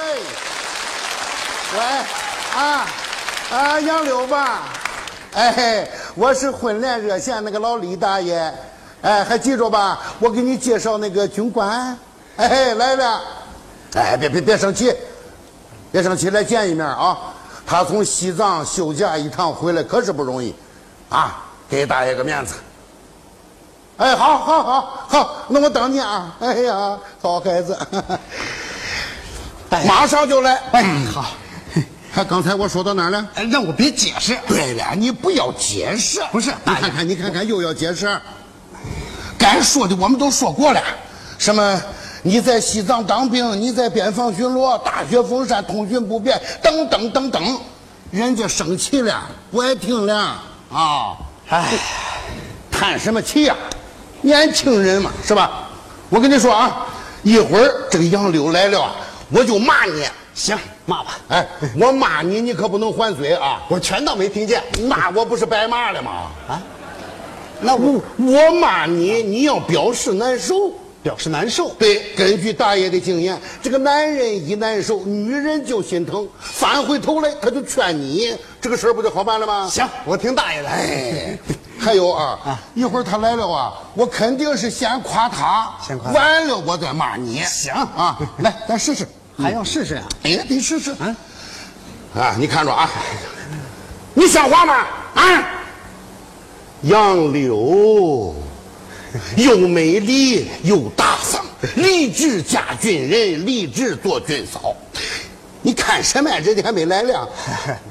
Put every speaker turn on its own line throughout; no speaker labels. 喂，哎啊，啊，杨柳吧，哎，我是婚恋热线那个老李大爷，哎，还记住吧？我给你介绍那个军官，哎，来了，哎，别别别生气，别生气，来见一面啊！他从西藏休假一趟回来可是不容易，啊，给大爷个面子。哎，好，好，好，好，那我等你啊！哎呀，好孩子，
哎
马上就来。
哎，好，
哎，刚才我说到哪儿了？
哎让我别解释。
对了，你不要解释，
不是
你
大爷
看看，你看看，又要解释，
该说的我们都说过了。
什么？你在西藏当兵，你在边防巡逻，大雪封山，通讯不便，等等等等，人家生气了，不爱听了啊！
哎，
叹什么气呀、年轻人嘛，是吧？我跟你说啊，一会儿这个杨柳来了啊，我就骂你。
行，骂吧。
哎，我骂你，你可不能还嘴啊！
我全当没听见。
那我不是白骂了吗？啊
那我
我骂你，你要表示难受。
表示难受。
对，根据大爷的经验，这个男人一难受，女人就心疼，反回头来他就劝你，这个事儿不就好办了吗？
行，我听大爷的。
哎，还有啊，一会儿他来了啊，我肯定是先夸他，
先夸他
完了我再骂你。
行
啊，来，咱试试，
还要试试啊？
哎，得试试
啊，
啊！你看着啊，你像话吗？啊，杨柳又美丽又大方，立志嫁军人，立志做军嫂。你看什么呀？人家还没来呢。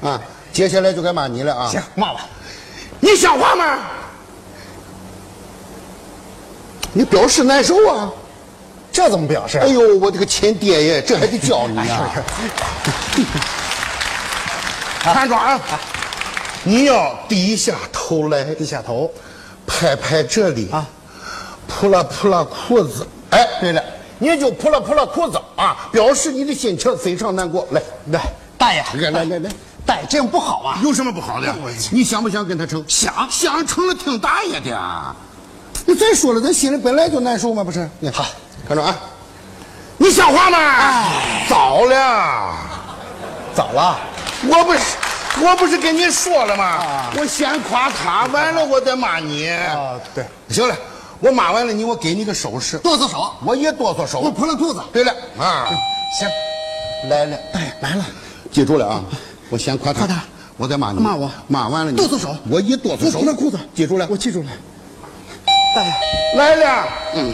啊，接下来就该骂你了啊！
嗯行，骂吧。
你像话吗？你表示难受啊！
这怎么表示啊
哎呦，我的个亲爹爷，这还得教你啊！ 看着啊，你要低下头来，
低下头。
拍拍这里
啊，
扑啦扑啦裤子。哎，对了，你就扑啦扑啦裤子啊，表示你的心情非常难过。来，
来，大爷，
来来来来，
大爷这样不好啊。
有什么不好的
我去
哎你想不想跟他成？
想
想成了听大爷的啊！你再说了，咱心里本来就难受嘛，不是？
好，
看着啊，你像话吗？早了，
早了。
我不是。我不是跟你说了吗？我先夸他，完了我再骂你。
啊，对，
行了，我骂完了你，我给你个手势。
哆嗦手，
我也哆嗦
我
手。
扑了裤子。
对了啊，
行，
来了，
哎，来了，
记住了啊，我先夸他，
夸他
我再骂你，
骂我
骂完了你
哆嗦手
我一哆嗦
我
手，
扑了裤子。
记住了，
我记住了。大爷，
来了，嗯，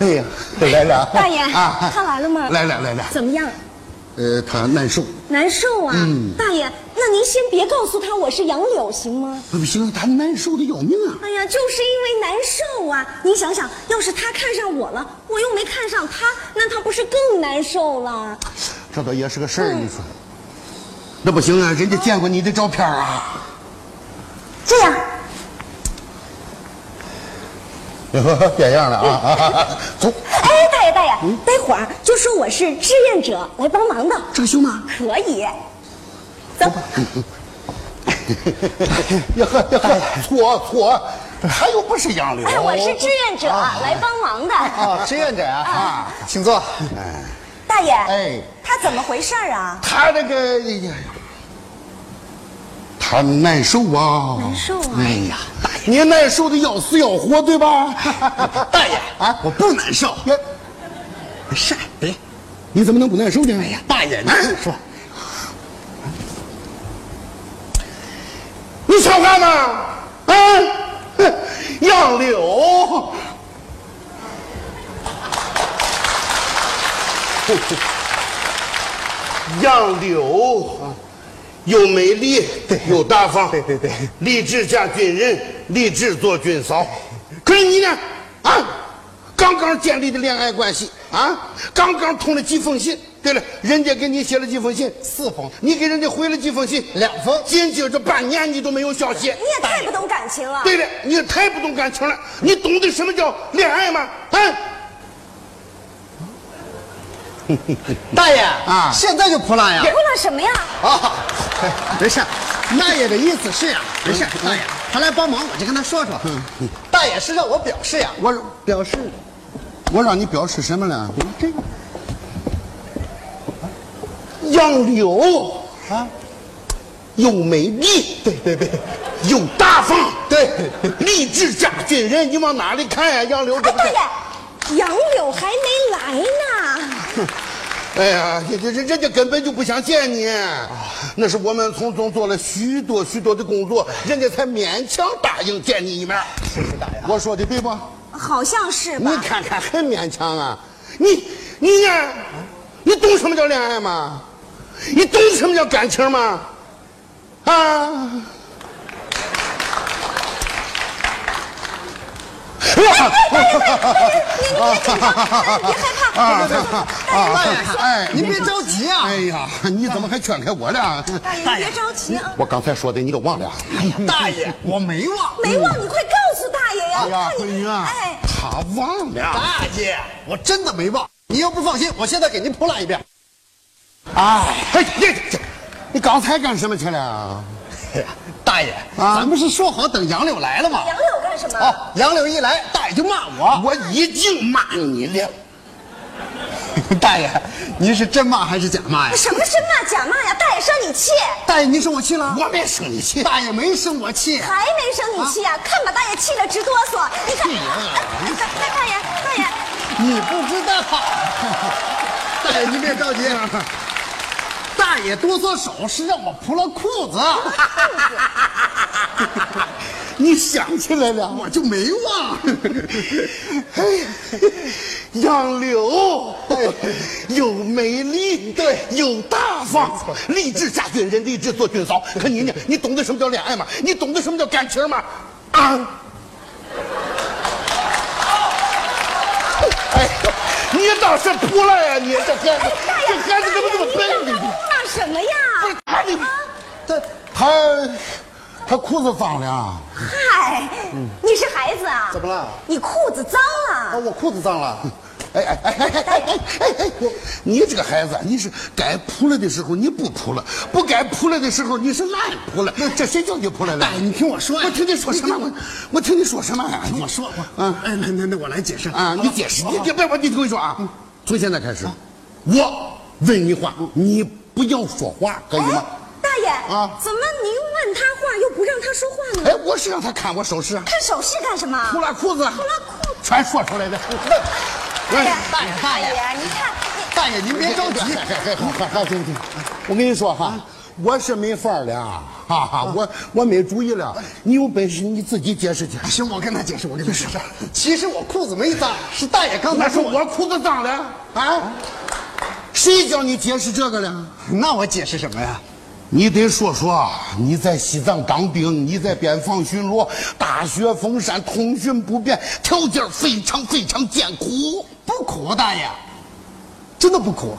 哎呀，来了，
大爷
啊，
他来了吗
来了来了，
怎么样？
呃，他难受，
难受啊，
嗯
大爷，那您先别告诉他我是杨柳行吗？
不行，他难受的要命啊。
哎呀，就是因为难受啊！您想想，要是他看上我了，我又没看上他，那他不是更难受了？
这倒也是个事儿，你说。那不行啊，人家见过你的照片啊。
这样，
变样了 啊！走，
哎，大爷大爷，
嗯
待会儿就说我是志愿者来帮忙的，
这个行吗？
可以。哎走，
呀呵哎呀呵，错错，他又不是杨柳。
哎，我是志愿者
啊
来帮忙的，
哦，志愿者啊，啊，请坐。
大爷，
哎，
他怎么回事儿啊？
他这个，哎呀他难受啊。
难受啊！
哎呀，
你难受的要死要活，对吧？
大爷
啊
啊，我不哎难受。
呀
没事儿，别。
哎你怎么能不难受呢？哎
哎
呀
呀，，大爷，您说，
你像话吗？啊，哼杨 柳。杨柳又美丽，又大方，
对对对，
立志嫁军人，立志做军嫂。 可是你呢？啊，刚刚建立的恋爱关系啊，刚刚通了几封信。对了，人家给你写了几封信，
四封
你给人家回了几封信，
两封
仅仅这半年你都没有消息。
你也太不懂感情了。
对了，你也太不懂感情了，你懂得什么叫恋爱吗？啊，
大爷
啊
现在就扑烂呀。
哭了什么呀？
啊， 没事儿，大爷的意思是呀，没事儿，大爷，他来帮忙，我就跟他说说。
嗯
大爷是让我表示呀，
我
表示
我让你表示什么了？
这个。
杨柳啊，又美丽，对对对，又大方， 对，励志加军人。你往哪里看呀、杨柳这
哎，
不
大
是？
爷，杨柳还没来呢。
哎呀，人人人家根本就不想见你，那是我们从中做了许多许多的工作，人家才勉强答应见你一面。
谢谢大爷。
我说的对不？
好像是
你
吧？
看看很勉强啊！你你呀，你懂什么叫恋爱吗？你懂什么叫感情吗？啊！
哎你你别紧张，哎别害怕，
大爷，
哎
您别着急啊。
哎呀，你怎么还劝开我了？
大爷，你别着急啊。
我刚才说的你都忘了啊？
大爷，我没忘。
没忘，你快告诉大爷呀！
哎呀，
看
慧
你
英啊
哎，，
他忘了。
大爷，我真的没忘。你要不放心，我现在给您扑烂一遍。哎，
哎，你这你刚才干什么去了？
大爷，
啊
咱们是说好等杨柳来了吗？
杨柳干什么？
哦，杨柳一来，大爷就骂我。
我已经骂你了。
大爷，您是真骂还是假骂呀？
什么啊真骂假骂呀？大爷生你气，
大爷，您生我气了？
我没生你气，
大爷没生我气。
还没生你
啊
气呀？啊看把大爷气得直哆嗦！你看，哎大大大爷，大爷，
你不知 道，大爷您别着急，啊大爷哆嗦手是让我扑了裤子，
你想起来了。
我就没忘。
哎，杨柳
哎
又美丽，对，又大方，励志嫁军人，励志做军嫂。可你呢？你懂得什么叫恋爱吗？你懂得什么叫感情吗？啊！
啊
哎，你倒是扑了呀！你这孩子，
大爷，
这孩子怎么这么
大爷你
笨
让他
呢？
骂什么呀？
哎
啊
他你他他他裤子脏了，啊
嗨，你是孩子啊？
嗯怎么了？
你裤子脏
啊，
了。
我裤子脏了。
哎哎哎哎哎哎哎！你这个孩子，你是该扑了的时候你不扑了，不该扑了的时候你是烂扑了。这谁叫你扑了的？
大爷，你听我说呀，
我听你说什么？我我听你说什么呀？
听我说，我嗯，哎，那那那我来解释
啊！你解释，你你别我，你听我说啊，从现在开始，我问你话，你不要说话，
哦
可以吗
哎？，大爷
啊
怎么您问他话又不让他说话呢？
哎，我是让他看我手势啊，
看手势干什么？
扑了裤子，哎
脱了裤子。
全说出来的。
大爷，
哎大爷大
大
爷
爷，你看你。
大爷您别着急，
好好行行，我跟你说哈，我是没法儿了啊，哈哈，我我没主意了，你有本事你自己解释解释。
行，我跟他解释，我跟他解释，其实我裤子没脏，是大爷刚才
那是
说我，
我裤子脏了啊，谁叫你解释这个了？
那我解释什么呀？
你得说说你在西藏当兵，你在边防巡逻，大雪封山，通讯不便，条件非常非常艰苦。
不苦，大爷，真的不苦。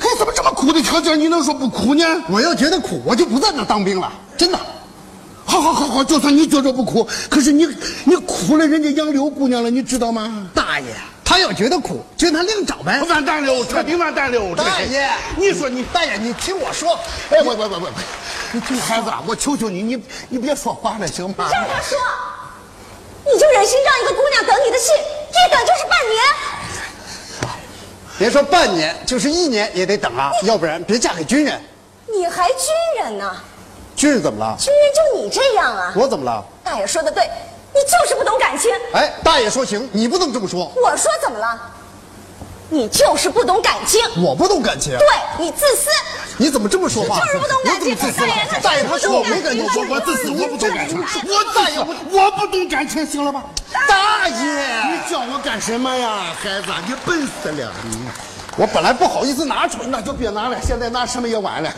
哎，怎么这么苦的条件你能说不苦呢？
我要觉得苦，我就不在那当兵了，真的。
好好好好，就算你觉着不苦，可是你你苦了人家杨柳姑娘了，你知道吗？
大爷，他要觉得苦，就让他另找呗。
完蛋了，彻底完蛋了！这
哎大爷，
你说你，
大爷，你听我说，
哎，我我我我，你听孩子啊，我求求你，你你别说话了，行吗？
让他说，你就忍心让一个姑娘等你的信，一等就是半年？
别说半年，就是一年也得等啊，要不然别嫁给军人。
你还军人呢？
军人怎么了？
军人就你这样啊？
我怎么了？
大爷说的对，你就是不懂感情。
哎，大爷说行，你不能这么说，
我说怎么了？你就是不懂感情，
我不懂感情
对。你自私。
你怎么这么说话？
你就是不懂感情
我怎么自私了
大爷他
大爷他说我没感情，
我我自私我不懂
感情
我
大哎爷，我
我不懂感情，行了吧？
大爷，
你叫我干什么呀，孩子？你笨死了！
我本来不好意思拿出来。
那就别拿了，现在拿什么也晚了。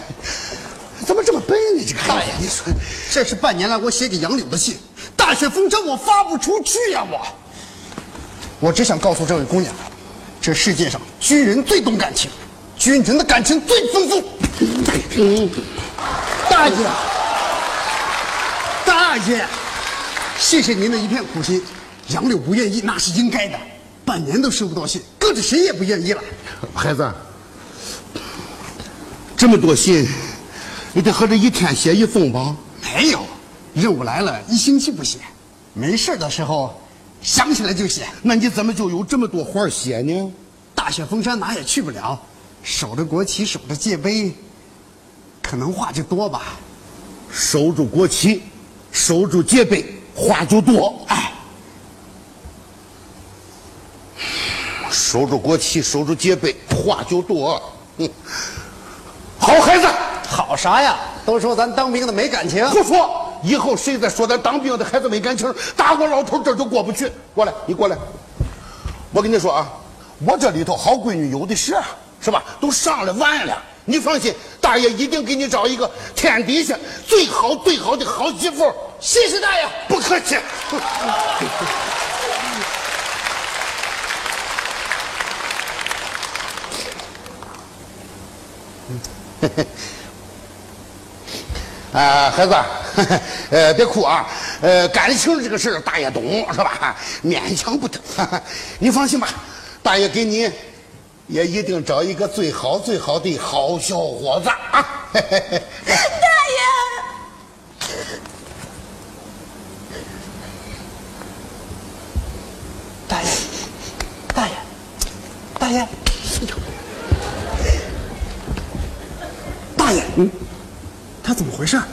怎么这么笨呢？这个
大爷，你说这是半年来我写给杨柳的信，大雪封山，我发不出去呀、我。我只想告诉这位姑娘，这世界上军人最懂感情，军人的感情最丰 富。大爷，大爷，谢谢您的一片苦心。杨柳不愿意那是应该的，半年都收不到信，搁着谁也不愿意了。
孩子，这么多信，你得合着一天写一封吧？
没有，任务来了一星期不写，没事儿的时候想起来就写。
那你怎么就有这么多话写呢？
大雪封山哪也去不了，守着国旗，守着界碑，可能话就多吧。
守住国旗，守住戒备，话就多。哎，守住国旗，守住戒备，话就多。嗯，好孩子，
好啥呀？都说咱当兵的没感情，
胡说！以后谁再说咱当兵的孩子没感情，打我老头这儿就过不去。过来，你过来。我跟你说啊，我这里头好闺女有的是，啊是吧？都上了万了。你放心，大爷一定给你找一个天底下最好最好的好媳妇。
谢谢大爷。
不客气。啊，孩子，呵呵呃，别哭啊，呃，感情这个事儿大爷懂是吧？勉强不得，哈哈你放心吧，大爷给你也一定找一个最好最好的好小伙子啊！嘿嘿嘿
大
大爷，大爷，大爷，大爷，嗯，他怎么回事儿？